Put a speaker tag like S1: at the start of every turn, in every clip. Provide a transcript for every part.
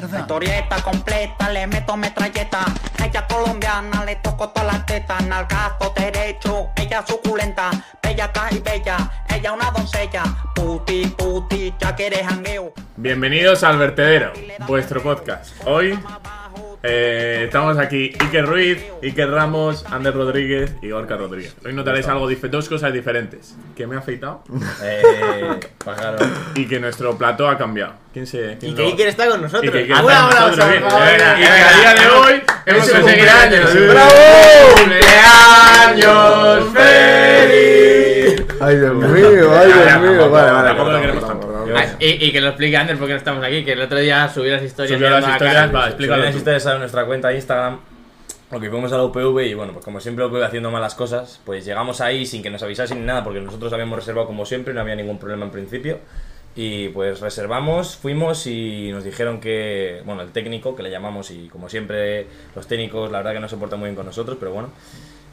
S1: La historieta completa, le meto metralleta. Ella colombiana, le toco todas las tetas. Nalgazo derecho, ella suculenta. Bella, caja y bella, ella una doncella. Puti, puti, ya que eres jangueo.
S2: Bienvenidos al Vertedero, vuestro podcast. Hoy eh, estamos aquí Iker Ruiz, Iker Ramos, Ander Rodríguez y Gorka Rodríguez. Hoy notaréis algo dif- dos cosas diferentes. Que me ha afeitado
S3: Eh, pájaro.
S2: y que nuestro plato ha cambiado. ¿Quién se...? quién
S3: Y
S2: lo-
S3: que Iker está con nosotros.
S2: Y que Iker
S3: Ah, bueno,
S2: está con
S3: bueno,
S2: nosotros,
S3: bueno,
S2: bien. Venga,
S3: bueno, bueno,
S2: y que a día de hoy hemos
S3: su
S2: conseguido
S3: cumpleaños.
S2: años.
S3: ¡Bravo!
S2: ¡Cumpleaños feliz!
S4: Ay, Dios mío, ay, Dios mío. Vale,
S2: Tampoco lo
S4: vale. cortamos,
S2: queremos
S4: cortamos,
S2: tanto.
S4: cortamos.
S5: Ah, y, y que lo explique Ander porque no estamos aquí, que el otro día subió las historias.
S2: Subió las
S5: mirando a
S2: historias,
S5: Carlos.
S2: va, explícalo
S3: Subimos
S2: tú.
S3: historias a nuestra cuenta de Instagram. Lo que fuimos a la UPV y bueno, pues como siempre UPV haciendo malas cosas, pues llegamos ahí sin que nos avisasen ni nada, porque nosotros habíamos reservado como siempre, no había ningún problema en principio. Y pues reservamos, fuimos y nos dijeron que, bueno, el técnico, que le llamamos y como siempre los técnicos, la verdad que no se portan muy bien con nosotros, pero bueno,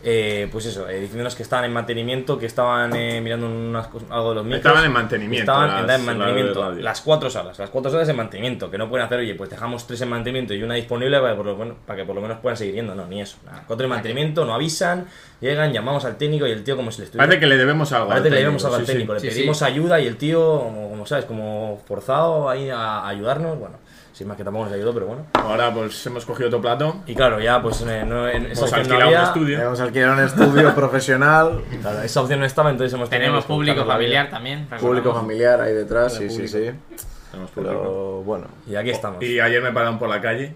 S3: eh, pues eso, eh, diciéndonos que estaban en mantenimiento, que estaban eh, mirando unas cos- algo de los micros.
S2: Estaban en mantenimiento,
S3: Estaban
S2: las-
S3: en
S2: las de
S3: mantenimiento.
S2: radio.
S3: las cuatro salas, las cuatro salas en mantenimiento, que no pueden hacer, oye, pues dejamos tres en mantenimiento y una disponible para que por lo, bueno, para que por lo menos puedan seguir yendo. No, ni eso. nada. Cuatro en mantenimiento, no avisan, llegan, llamamos al técnico y el tío como si le estuviera...
S2: Parece que le debemos algo.
S3: Parece
S2: al
S3: que le íbamos a
S2: técnico, sí,
S3: al
S2: sí.
S3: técnico, le
S5: Sí,
S3: pedimos
S5: sí.
S3: ayuda y el tío, como, como sabes, como forzado ahí a ayudarnos, bueno, sin más que tampoco nos ayudó, pero bueno.
S2: Ahora pues hemos cogido otro plato.
S3: Y claro, ya pues eh, no, en
S2: Hemos
S3: esa opción no
S2: alquilado un
S3: había,
S2: estudio.
S4: Hemos alquilado un estudio profesional,
S3: claro, esa opción no estaba, entonces hemos tenido
S5: Tenemos
S3: que buscar
S5: público
S3: otra
S5: familiar
S3: vida.
S5: también.
S4: público
S5: recordamos.
S4: familiar ahí detrás, sí, sí,
S2: público.
S4: sí.
S2: Tenemos público.
S4: Pero bueno.
S3: Y aquí estamos.
S2: Y ayer me pararon por la calle.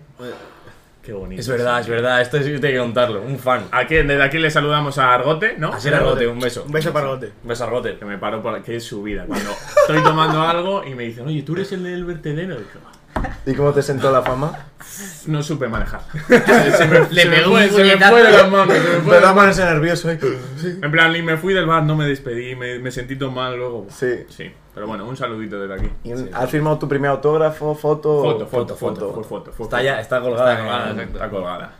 S2: Qué bonito.
S3: Es verdad, es verdad, esto sí que tengo que contarlo, un fan.
S2: Aquí, desde aquí le saludamos a Argote, ¿no?
S3: Así era Rote, un beso.
S6: Un beso para Rote.
S3: Un beso a Rote.
S2: Que me paró por aquí su vida. Cuando estoy tomando algo y me dicen, oye, ¿tú eres el del vertedero? Y yo,
S4: ¿Y cómo te sentó la fama?
S2: no supe manejar. Se me-
S5: Le
S2: se me
S5: pegó
S2: fue-
S5: un
S2: se me
S5: puñetazo.
S2: fue de las manos, se me fue
S4: Me
S2: de
S4: da
S2: las manos.
S4: ponerse nervioso ¿eh? ahí. Sí.
S2: En plan, y me fui del bar, no me despedí, me, me sentí tan mal luego.
S4: Sí.
S2: Sí. Pero bueno, un saludito desde aquí.
S4: ¿Y ¿Has firmado tu primer autógrafo, foto?
S2: Foto, foto, foto, fue foto, fue
S3: Está
S2: foto.
S3: ya, está colgada.
S5: Está colgada,
S3: en-
S5: exacto.
S2: Está colgada.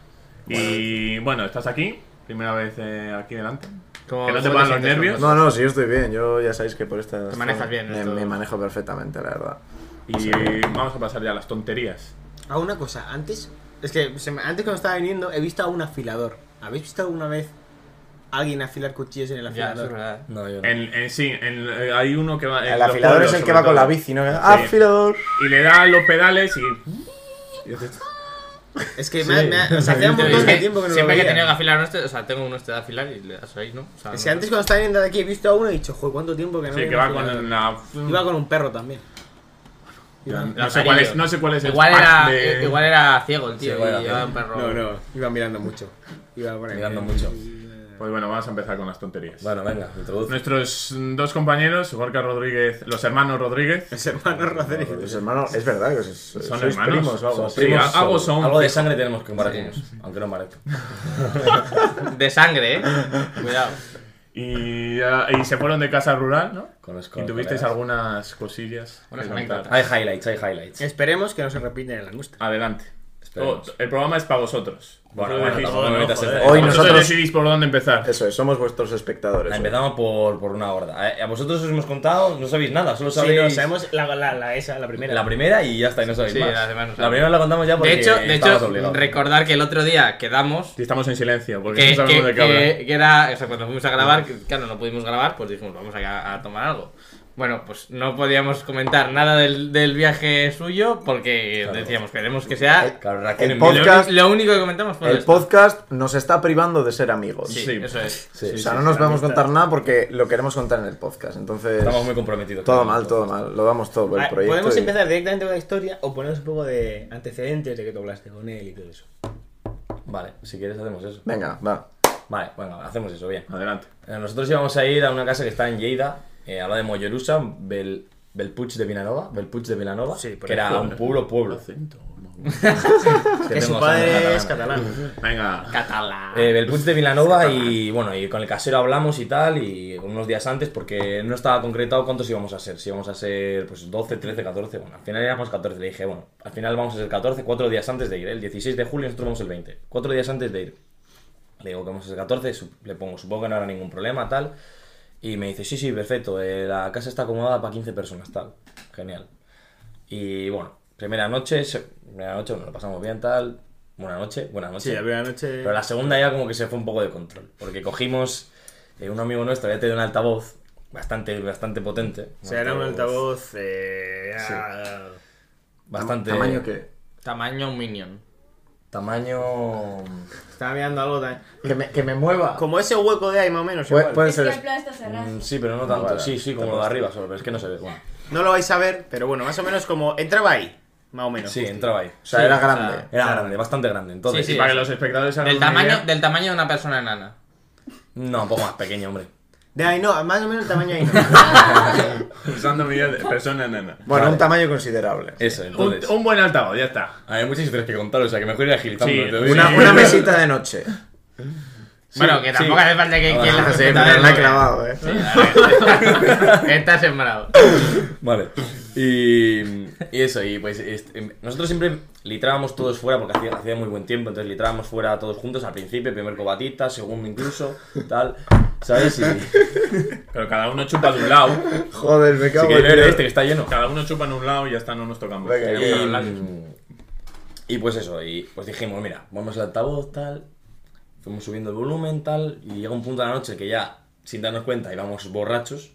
S2: Y bueno, estás aquí. Primera vez eh, aquí delante.
S5: ¿Cómo-
S2: que no te
S5: cómo te
S2: van los
S5: sientes?
S2: nervios.
S4: No, no, sí, yo estoy bien. Yo ya sabéis que por esta.
S5: Te manejas bien,
S4: Me,
S5: esto.
S4: me manejo perfectamente, la verdad.
S5: Pues,
S2: Y
S5: eh,
S2: vamos a pasar ya a las tonterías.
S6: Ah, una cosa, antes. Es que se me- antes cuando estaba viniendo he visto a un afilador. ¿Habéis visto alguna vez a alguien afilar cuchillos en el
S5: Ya, eso
S6: afilador?
S5: es verdad.
S3: No, yo no.
S2: En, en- sí, en- eh, hay uno que va. en
S4: El
S2: los
S4: afilador
S2: pueblos,
S4: es el que
S2: sobre
S4: va con
S2: todo.
S4: la bici, ¿no? Afilador.
S2: Y le da los pedales y. y hace-
S6: Es que me, me- o sea, hacía un montón
S5: Es que
S6: de tiempo que no lo
S5: siempre que he
S6: veía.
S5: tenido que afilar uno, este- o sea, tengo uno este de afilar y le das ahí, ¿no? O sea,
S6: Es
S5: no-
S6: que antes cuando estaba viniendo de aquí he visto a uno y he dicho, joder, cuánto tiempo
S5: Ah,
S6: que no
S2: Sí,
S6: veía
S2: que
S6: un
S2: va
S6: afilador".
S2: con la.
S6: Iba con un perro también.
S2: Ya, no,
S5: Lazarillo.
S2: sé cuál es, no sé cuál es el
S5: Igual
S2: pack
S5: era, eh,
S2: de-
S5: igual era ciego el tío
S3: Sí,
S5: y
S3: bueno.
S5: llevaba un perro.
S6: no, iba mirando mucho. Iba por ahí.
S3: Mirando
S5: Eh,
S3: mucho.
S2: Pues bueno, vamos a empezar con las tonterías.
S3: Bueno, venga, introduce.
S2: Nuestros mm, dos compañeros, Gorka Rodríguez, los hermanos Rodríguez.
S6: Los hermanos Rodríguez.
S4: Los hermanos, es verdad que sois,
S2: Son
S4: sois
S2: hermanos.
S4: primos o algo.
S2: Son
S4: así.
S2: primos.
S3: Primos,
S2: algo son.
S3: Algo de sangre tenemos que compartirnos, aunque no parezca.
S5: De sangre, ¿eh? Cuidado.
S2: Y, ya- y se fueron de casa rural, ¿no?
S3: Con los-
S2: y
S3: con
S2: tuvisteis
S3: colegas.
S2: algunas cosillas.
S5: Unas
S2: que contar.
S5: anécdotas.
S3: Hay highlights, hay highlights.
S6: Esperemos que no se repiten en la angustia.
S2: Adelante.
S3: Esperemos.
S2: Oh, el programa es para vosotros.
S3: Bueno,
S2: Vosotros
S3: bueno,
S2: decís-
S3: tampoco me metas en-
S2: Vosotros
S4: Hoy nosotros-
S2: decidís por dónde empezar.
S4: Eso es, somos vuestros espectadores.
S3: La
S4: ¿eh?
S3: empezamos por, por una horda. Eh, A, a vosotros os hemos contado, no sabéis nada, solo
S6: Sí,
S3: sabéis
S6: no, sabemos la, la, la- esa, la primera.
S3: la primera y ya está, y no sabéis
S5: Sí,
S3: más.
S5: las demás no
S3: la
S5: sabemos.
S3: primera la contamos ya porque
S5: De hecho, de
S3: estabas
S5: hecho
S3: obligados.
S5: recordar que el otro día quedamos.
S2: Si estamos en silencio, porque
S5: Que,
S2: no sabemos
S5: que-
S2: de qué hablar.
S5: que- que era, o sea, cuando fuimos a grabar, que, claro, no pudimos grabar, pues dijimos, vamos a, a tomar algo. Bueno, pues no podíamos comentar nada del, del viaje suyo porque decíamos, queremos que sea.
S3: Claro, Raquel
S4: El
S3: en
S5: Lo,
S3: medio-
S4: podcast-
S5: lo único que comentamos fue
S4: El
S5: esto.
S4: podcast nos está privando de ser amigos.
S5: Sí,
S2: Sí.
S5: eso es.
S4: Sí, o sea, no nos podemos contar nada porque lo queremos contar en el podcast. Entonces,
S3: Estamos muy comprometidos.
S4: todo mal, todo mal. Lo damos todo por el
S6: Ah,
S4: proyecto.
S6: Podemos
S4: y-
S6: empezar directamente con la historia o ponemos un poco de antecedentes de que tú hablaste con él y todo eso.
S3: Vale, si quieres hacemos eso.
S4: Venga, va.
S3: Vale, bueno, hacemos eso, bien.
S2: Adelante.
S3: Eh, Nosotros íbamos a ir a una casa que está en Lleida, eh, al lado de Mollerusa, Bel, Belpuig de Vilanova, Belpuig de Vilanova,
S6: por
S3: que era un pueblo pueblo.
S6: Que su padre es catalán.
S2: Venga.
S5: Catalán.
S3: Eh, Belpuig de Vilanova y bueno, y con el casero hablamos y tal, y unos días antes, porque no estaba concretado cuántos íbamos a ser, si íbamos a ser pues 12, 13, 14, bueno, al final éramos 14, le dije, bueno, al final vamos a ser 14, cuatro días antes de ir, ¿eh? el 16 de julio y nosotros vamos el 20, cuatro días antes de ir. Le digo que vamos a ser 14, su- le pongo, supongo que no habrá ningún problema, tal, y me dice, sí, sí, perfecto, eh, la casa está acomodada para 15 personas, tal, genial. Y bueno, Primera noche, se- primera noche, bueno, lo pasamos bien, tal. Buena noche, buena noche.
S4: Sí, la primera noche.
S3: Pero la segunda ya como que se fue un poco de control. Porque cogimos. eh, un amigo nuestro había tenido un altavoz bastante, bastante potente.
S4: O sea, era un altavoz. Eh, ah,
S3: Bastante.
S6: Tamaño que.
S5: Tamaño minion.
S3: Tamaño.
S4: Estaba mirando algo tan.
S6: Que me, que me mueva.
S4: Como ese hueco de ahí más o menos.
S6: Puede,
S4: igual.
S6: puede
S7: Es que el
S6: ser.
S7: plan está cerrado.
S3: mm, Sí, pero no tanto.
S6: vale.
S3: Sí, sí, como lo de arriba solo, pero es que no se ve. Bueno.
S4: No lo vais a ver, pero bueno, más o menos como. Entraba ahí. Más o menos.
S3: Sí, entraba ahí.
S6: O sea,
S5: Sí,
S6: era
S5: o sea,
S6: grande.
S3: Era grande, bastante grande. Entonces,
S5: Sí,
S2: Para que
S5: sí.
S2: los espectadores se hagan
S5: Del
S2: una
S5: tamaño,
S2: idea.
S5: del tamaño de una persona enana.
S3: no, un poco más pequeño, hombre.
S4: De ahí no, más o menos el tamaño ahí no.
S2: Usando millones de personas, nana.
S6: Bueno,
S3: Vale.
S6: un tamaño considerable.
S3: Eso,
S2: Un,
S3: entonces.
S2: un buen altavoz, ya está.
S3: Hay muchas historias que contar, o sea, que mejor ir agilizando.
S2: Sí,
S3: te doy-
S6: Una, una mesita de noche.
S5: bueno, que tampoco hace falta que quien la
S6: Ah, sí, pero la he clavado, eh.
S5: Está sembrado.
S3: Vale. Y, y eso, y pues este, nosotros siempre litrábamos todos fuera porque hacía, hacía muy buen tiempo, entonces litrábamos fuera todos juntos al principio, primer cobatita, segundo incluso, tal, ¿sabes? Y,
S2: Pero cada uno chupa de un lado.
S6: Joder, me
S3: sí
S6: cago
S3: que
S6: en
S3: el
S6: Dios.
S3: este que está lleno. mm,
S2: Cada uno chupa en un lado y ya está, no nos tocamos.
S6: Venga,
S2: Tenemos
S6: y-
S2: que hablar.
S3: Y pues eso, y pues dijimos, mira, vamos al altavoz, tal, fuimos subiendo el volumen, tal, y llega un punto de la noche que ya, sin darnos cuenta, íbamos borrachos.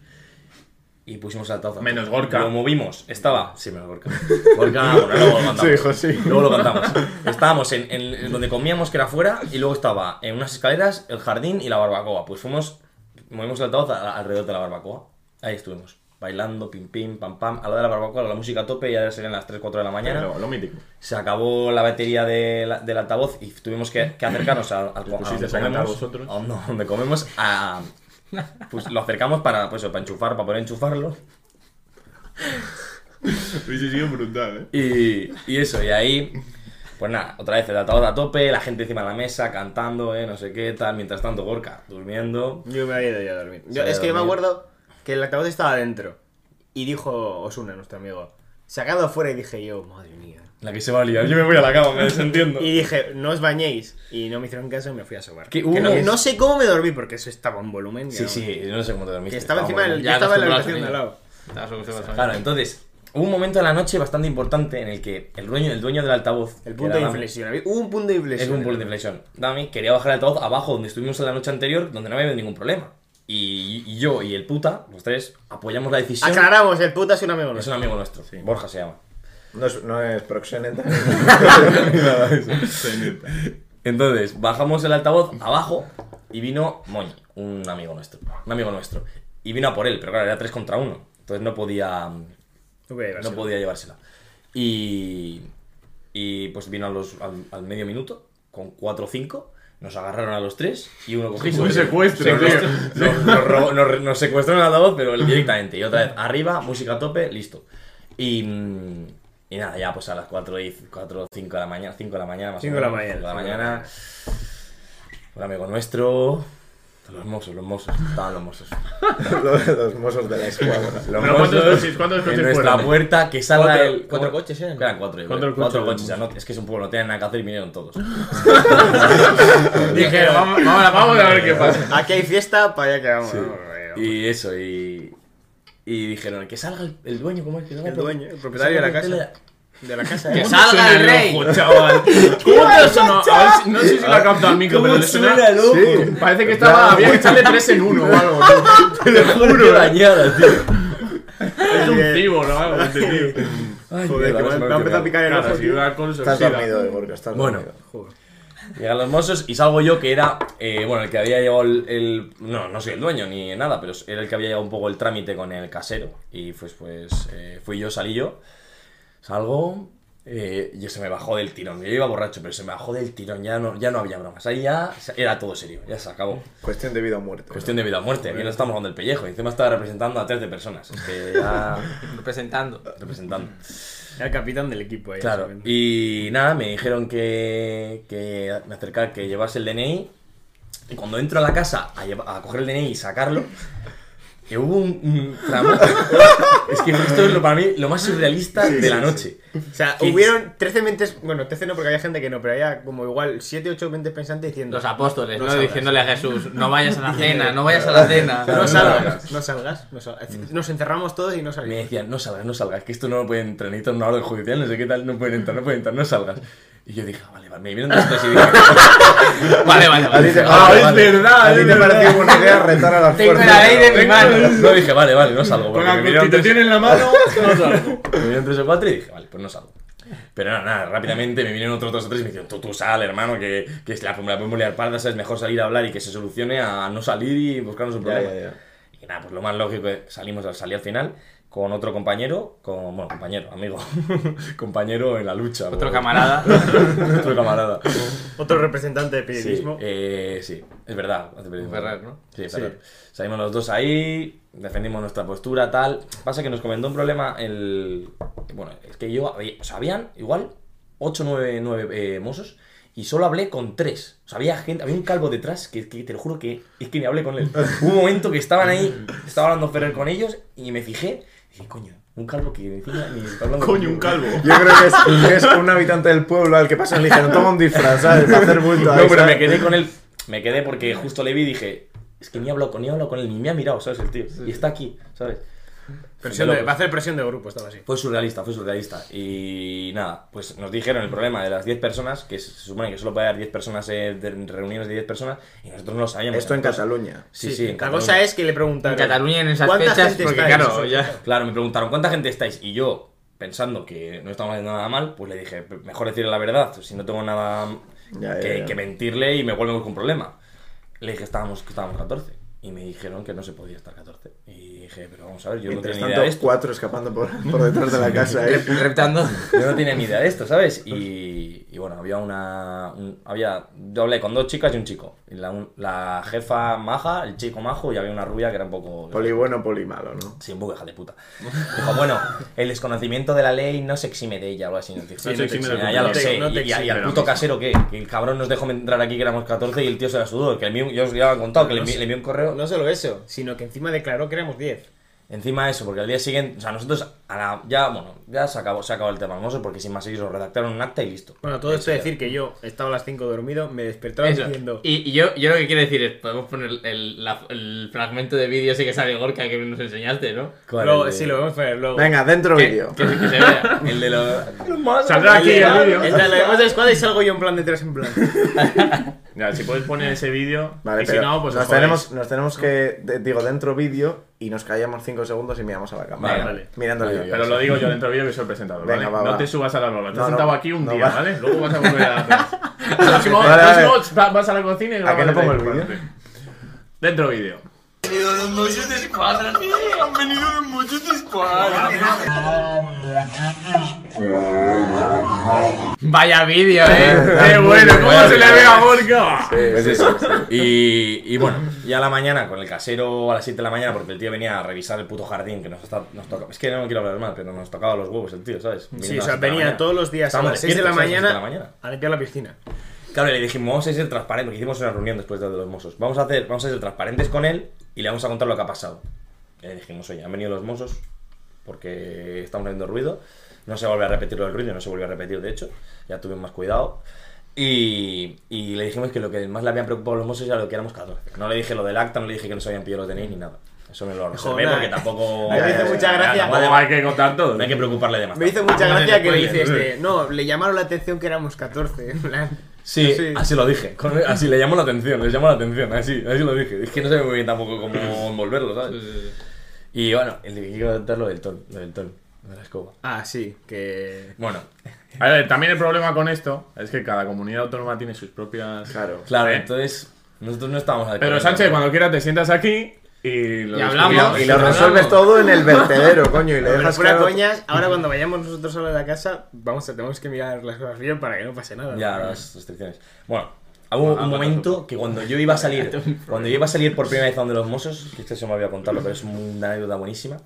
S3: Y pusimos el altavoz.
S2: Menos Gorka.
S3: Lo movimos. Estaba. Sí, menos Gorka. Gorka, bueno, luego lo mandamos.
S6: Sí, hijo, sí.
S3: Luego lo cantamos. Estábamos en, en- en donde comíamos, que era afuera, y luego estaba en unas escaleras, el jardín y la barbacoa. Pues fuimos, movimos el altavoz a- alrededor de la barbacoa. Ahí estuvimos, bailando, pim, pim, pam, pam. A la de la barbacoa, la música a tope, ya serían las 3, 4 de la mañana.
S2: Lo, lo mítico.
S3: Se acabó la batería de la- del altavoz y tuvimos que, que acercarnos al al- a
S2: pusisteis
S3: donde
S2: a cantar
S3: comemos.
S2: vosotros?
S3: a donde- donde comemos a- Pues lo acercamos para, pues, eso, para enchufar, para poder enchufarlo.
S2: Hubiese sido brutal, eh.
S3: Y, y eso, y ahí, pues nada, otra vez el altavoz a tope, la gente encima de la mesa cantando, eh, no sé qué, tal. Mientras tanto, Gorka durmiendo.
S4: Yo me había ido ya a dormir. Yo-
S3: había
S4: es que yo me
S3: dormido.
S4: acuerdo que el altavoz estaba adentro. Y dijo Osuna, nuestro amigo, sacado afuera y dije yo, madre mía.
S3: La que se va a liar, yo me voy a la cama, me desentiendo.
S4: Y dije, no os bañéis. Y no me hicieron caso y me fui a sobar.
S3: Que
S4: Que
S3: hubo-
S4: no, no sé cómo me dormí porque eso estaba en volumen. que
S3: Sí,
S4: no-
S3: sí, no sé cómo te
S4: Que
S3: dormiste.
S4: estaba encima
S3: bueno.
S4: del.
S5: ya
S4: Yo estaba en la
S5: acostumbrado
S4: habitación de al
S5: sonido.
S4: lado.
S5: Está acostumbrado al
S3: Claro,
S5: sonido.
S3: entonces, hubo un momento de la noche bastante importante en el que el dueño, el dueño del altavoz.
S4: El
S3: que
S4: punto de
S3: era Dami,
S4: inflexión. había- Hubo un punto de
S3: Es
S4: inflexión.
S3: un punto de inflexión. Dami quería bajar el altavoz abajo donde estuvimos en la noche anterior, donde no había habido ningún problema. Y, y yo y el puta, los tres, apoyamos la
S4: Ah,
S3: decisión.
S4: Aclaramos, el puta es un amigo
S3: Es
S4: nuestro.
S3: un amigo nuestro, Borja se llama.
S6: No es, no es ¿eh? proxeneta.
S3: Entonces, bajamos el altavoz abajo y vino Moñi, un amigo nuestro. Un amigo nuestro. Y vino a por él, pero claro, era 3 contra 1. Entonces no podía.
S4: Ok, va a
S3: No
S4: ser.
S3: podía llevársela. Y. Y pues vino a los, al, al medio minuto, con 4 o 5. Nos agarraron a los tres y uno cogió.
S2: Un secuestro,
S3: Secuestro.
S2: tío.
S3: No, nos, robó- nos- nos secuestraron el altavoz, pero directamente. Y otra vez, arriba, música a tope, listo. Y. mm, Y nada, ya pues a las 4 y 4 o 5 de la mañana, 5 de la mañana más
S4: Cinco
S3: o
S4: de la
S3: menos,
S4: mañana,
S3: cinco
S4: cinco
S3: de
S4: de
S3: la
S4: la
S3: mañana. Un amigo nuestro. Los mozos, los mozos. Estaban los mozos.
S6: Los, los mozos de la escuadra.
S3: Los
S2: Pero ¿cuántos
S3: mozos
S2: coches- cuántos coches
S3: en nuestra
S2: fueron?
S3: puerta que salga
S5: Cuatro-
S3: el.
S5: cuatro
S3: ¿cómo?
S5: coches ¿eh? eran.
S3: Eran cuatro, yo creo.
S2: Cuatro
S3: cuatro,
S2: coches.
S3: coches. o sea, no- es que es un pueblo, no tenían nada que hacer y vinieron todos.
S5: Dije, vamos, vamos a la
S2: Vamos a ver qué pasa.
S4: Aquí hay fiesta, para allá que vamos.
S3: Sí.
S4: ¿no? Bueno,
S3: Y eso, y. Y dijeron, que salga el, el dueño, ¿cómo es que se llama?
S4: El dueño, el propietario de la casa. De la casa,
S5: Que
S4: ¿eh?
S5: salga el rey.
S2: Ojo, chaval. ¿Cómo te sonó? A ver si- no sé si lo ha captado el micro, pero le suena-
S3: suena, loco?
S6: Sí.
S2: Parece que estaba. Había que echarle tres en uno o algo. tío.
S3: Te lo juro,
S4: ¿eh?
S3: qué dañada, tío.
S2: Es un cibo, ¿no? Algo, este tío.
S3: Ay,
S4: Joder,
S3: mierda, se me
S4: que me ha me ha
S3: olvidado.
S4: empezado a picar el
S2: Nada,
S4: ojo,
S2: si
S4: tío.
S2: va con su
S6: Estás
S2: oxida.
S6: dormido, eh, Gorka, estás
S3: Bueno.
S6: dormido.
S3: Llegan los mozos y salgo yo que era, eh, bueno, el que había llegado el, el- No, no soy el dueño ni nada, pero era el que había llegado un poco el trámite con el casero. Y pues, pues, eh, fui yo, salí yo. Salgo. eh, yo se me bajó del tirón. Yo iba borracho, pero se me bajó del tirón. Ya no, ya no había bromas. Ahí ya se- era todo serio. Ya se acabó.
S6: Cuestión de vida o muerte.
S3: Cuestión de vida o muerte. Aquí no estamos hablando del pellejo. y Encima estaba representando a 13 personas. Es que ya.
S5: Representando.
S3: representando.
S4: Era el capitán del equipo ahí.
S3: Claro,
S4: ese.
S3: y nada, me dijeron que, que me acercara, que llevase el DNI. Y cuando entro a la casa a, lleva- a coger el DNI y sacarlo, Y hubo un, un tramo. es que esto es lo, para mí lo más surrealista de la noche.
S4: O sea,
S3: Que-
S4: hubieron 13 mentes. Bueno, 13 no, porque había gente que no, pero había como igual 7, 8 mentes pensantes diciendo.
S5: Los apóstoles,
S4: No
S5: ¿no?
S4: salgas.
S5: Diciéndole a Jesús, no vayas a la cena, no vayas a la cena.
S4: No salgas, no salgas, no salgas. Nos encerramos todos y no
S3: Me
S4: salimos.
S3: decían, no salgas, no salgas, que esto no lo pueden entrar, necesitan una orden judicial, no sé qué tal, no pueden entrar, no pueden entrar, no salgas. Y yo dije, "Ah, vale, vale, me vinieron dos cosas y dije, "Ah,
S5: Vale, vale,
S6: A ti te-
S5: vale.
S2: Ah,
S6: vale,
S2: es
S6: vale.
S2: verdad,
S6: A
S2: es
S6: ti te
S2: verdad.
S6: pareció buena idea retar a las
S5: Tengo
S6: fuerzas.
S5: la ley de mi mano.
S3: no dije, vale, vale, no salgo.
S2: Con
S3: Porque me
S2: la
S3: vinieron, tres,
S2: constitución en la mano, no salgo.
S3: me vinieron tres o cuatro y dije, vale, pues no salgo. Pero nada, nada, rápidamente me vinieron otros dos o tres y me dijeron, tú, tú sal, hermano, que, que es la, la podemos liar parda, ¿sabes? Mejor salir a hablar y que se solucione a no salir y buscarnos un
S6: Ya,
S3: problema.
S6: ya, ya.
S3: Y nada, pues lo más lógico es salimos al salir al final con otro compañero, con, bueno, compañero, amigo, compañero en la lucha.
S5: Otro
S3: o-
S5: camarada.
S3: otro camarada.
S4: Otro representante de
S3: Sí,
S4: periodismo.
S3: eh, sí, es verdad. hace periodismo.
S5: Ferrer, ¿no?
S3: Sí, Ferrer. Salimos los dos ahí, defendimos nuestra postura, tal. Pasa que nos comentó un problema el... Bueno, es que yo... O sea, habían igual 8 9, 9 eh, mozos y solo hablé con tres. O sea, había gente, había un calvo detrás que, que te lo juro que es que ni hablé con él. Hubo un momento que estaban ahí, estaba hablando Ferrer con ellos y me fijé y dije, coño, un calvo que encima ni está hablando
S2: Coño, un
S3: conmigo".
S2: calvo.
S6: Yo creo que es, es un habitante del pueblo al que pasan y le dijeron, toma un disfraz, ¿sabes? Para hacer bulto. ahí,
S3: No, pero
S6: ¿sabes?
S3: me quedé con él. Me quedé porque justo le vi y dije, es que ni he hablado con, ni he hablado con él, ni me ha mirado, ¿sabes? El tío. Y está aquí, ¿sabes?
S4: Presión
S3: de
S4: de-
S3: locos.
S4: va a hacer presión de grupo, estaba así.
S3: Fue surrealista, fue surrealista. Y nada, pues nos dijeron el problema de las 10 personas, que se supone que solo puede haber 10 personas, eh, de reuniones de 10 personas, y nosotros no lo sabíamos.
S6: Esto en
S3: Entonces,
S6: Cataluña.
S3: Sí, sí, en
S4: La
S3: Cataluña.
S4: cosa es que le
S5: En
S4: preguntaron.
S5: Cataluña en esas
S4: ¿cuánta
S5: fechas,
S4: gente
S5: porque
S4: estáis?
S5: claro, ya.
S3: Claro, me preguntaron, ¿cuánta gente estáis? Y yo, pensando que no estamos haciendo nada mal, pues le dije, mejor decirle la verdad, si no tengo nada
S6: Ya, ya,
S3: que,
S6: ya.
S3: que mentirle y me vuelvo con problema. Le dije, estábamos, que estábamos 14. Y me dijeron que no se podía estar 14. Y dije, pero vamos a ver, yo no
S6: Mientras
S3: tenía ni
S6: tanto,
S3: idea de esto.
S6: cuatro escapando por, por detrás de la casa. ¿eh?
S5: Reptando.
S3: Yo no tenía ni idea de esto, ¿sabes? Y,
S6: Pues-
S3: y bueno, había una... un- había, yo hablé con dos chicas y un chico. Y la, un- la jefa maja, el chico majo, y había una rubia que era un poco...
S6: Poli bueno, poli malo, ¿no?
S3: Sí, un poco hija de puta. Dijo, bueno, el desconocimiento de la ley no se exime de ella, algo así. Nos dijo,
S2: Sí, no te exime de
S3: Ya,
S2: la
S3: ya lo
S4: culpa.
S3: sé.
S4: No te- no te
S3: y, y- y
S4: exime,
S3: al
S2: pero
S3: puto
S2: mismo.
S3: casero, ¿qué? Que el cabrón nos dejó entrar aquí que éramos 14 y el tío se la sudó. Que el mío, yo os había contado que le, envi- le envió un correo.
S4: No solo eso, sino que encima declaró que éramos 10.
S3: Encima de eso, porque al día siguiente, o sea, nosotros a la- ya, bueno, ya se acabó, se acabó el tema hermoso porque sin más ellos lo redactaron un acta y listo.
S4: Bueno, todo esto
S3: Ahí se
S4: es
S3: quedó.
S4: decir que yo estaba a las 5 dormido, me despertaron
S5: Eso.
S4: diciendo.
S5: Y, y yo, yo lo que quiero decir es, podemos poner el, la- el fragmento de vídeo ese que sale Gorka que nos enseñaste, ¿no?
S3: ¿Cuál?
S4: Luego-
S3: El de-
S4: sí, lo vamos a poner luego.
S6: Venga, dentro
S5: Que,
S6: vídeo.
S5: que- que se vea.
S3: El de los.
S2: Saldrá aquí el vídeo.
S4: Entra la demás escuadra y salgo yo en plan de tres en plan.
S2: Ya, si puedes poner ese vídeo.
S6: Vale,
S2: y si
S6: pero
S2: no, pues os
S6: nos,
S2: jodéis.
S6: tenemos, nos tenemos que, de- digo, dentro vídeo y nos callamos cinco segundos y miramos a la cámara.
S2: Vale, vale.
S6: Mirando el
S3: Vale,
S6: vídeo.
S2: Pero lo digo yo dentro del vídeo que soy el presentador, ¿vale?
S6: Venga, va,
S2: no
S6: va.
S2: te subas a la ola. Te has
S6: No, no,
S2: sentado aquí un
S6: no
S2: día,
S6: va.
S2: ¿vale? Luego vas a volver a atrás. próximo,
S6: Vale, vale.
S2: próximo, va- vas a la cocina y
S6: ¿A qué no pongo el
S2: grabas
S6: vídeo?
S2: Dentro vídeo.
S5: Vaya vídeo, eh.
S2: ¡Qué bueno! ¿Cómo
S3: Vale,
S2: se le
S3: vale.
S2: ve a Gorka?
S3: Pues eso. Y, y bueno, ya a la mañana con el casero a las 7 de la mañana, porque el tío venía a revisar el puto jardín que nos, está, nos toca. Es que no quiero hablar mal, pero nos tocaba los huevos el tío, ¿sabes? Viniendo a
S4: Sí, o
S3: las siete de la
S4: sea, venía
S3: mañana.
S4: todos los días a
S3: Estábamos
S4: las 6 de la
S3: despiertos a las siete
S4: mañana,
S3: de la mañana.
S4: a limpiar la piscina.
S3: Claro, y le dijimos, vamos a ser transparentes, porque hicimos una reunión después de los mozos. Vamos a, hacer, vamos a ser transparentes con él y le vamos a contar lo que ha pasado. Y le dijimos, oye, han venido los mozos porque estamos haciendo ruido. No se vuelve a repetir lo del ruido, no se volvió a repetir, de hecho. Ya tuvimos más cuidado. Y, y le dijimos que lo que más le habían preocupado a los mozos era lo que éramos 14. No le dije lo del acta, no le dije que nos habían pillado los DNI ni nada. Eso me lo reservé
S4: Joder.
S3: porque tampoco...
S4: Me hizo mucha gracia.
S3: tampoco
S2: Bueno,
S3: hay-
S2: hay que contar todo.
S3: No hay que preocuparle demasiado.
S4: Me hizo mucha
S2: Vale,
S4: gracia que le
S2: después,
S4: dice este. No, le llamaron la atención que éramos 14. en plan.
S3: Sí,
S4: Sí.
S3: así lo dije. Con- Así le llamó la atención, les llamó la atención, así, así lo dije. Es que no sé muy bien tampoco cómo envolverlo, ¿sabes? Y bueno, el que quiero contar lo del ton, lo del ton, lo de la escoba.
S4: Ah, sí, que.
S3: Bueno,
S2: A ver, también el problema con esto es que cada comunidad autónoma tiene sus propias.
S6: Claro.
S3: claro,
S2: ¿Eh?
S3: entonces nosotros no estábamos al
S2: Pero
S3: corriente.
S2: Sánchez, cuando quieras te sientas aquí y lo
S5: Y
S2: discutimos.
S5: hablamos.
S6: Y lo resuelves todo en el vertedero, coño, y le
S4: Pero
S6: dejas
S4: fuera
S6: claro-
S4: coñas, ahora cuando vayamos nosotros a la casa, vamos a, tenemos que mirar las cosas bien para que no pase nada.
S3: Ya, las restricciones. Bueno, hubo
S2: Ah,
S3: un
S2: bueno, Este
S3: momento que cuando yo iba a salir, cuando yo iba a salir por primera vez a donde los mozos, que esto se me había contado, pero es una anécdota buenísima,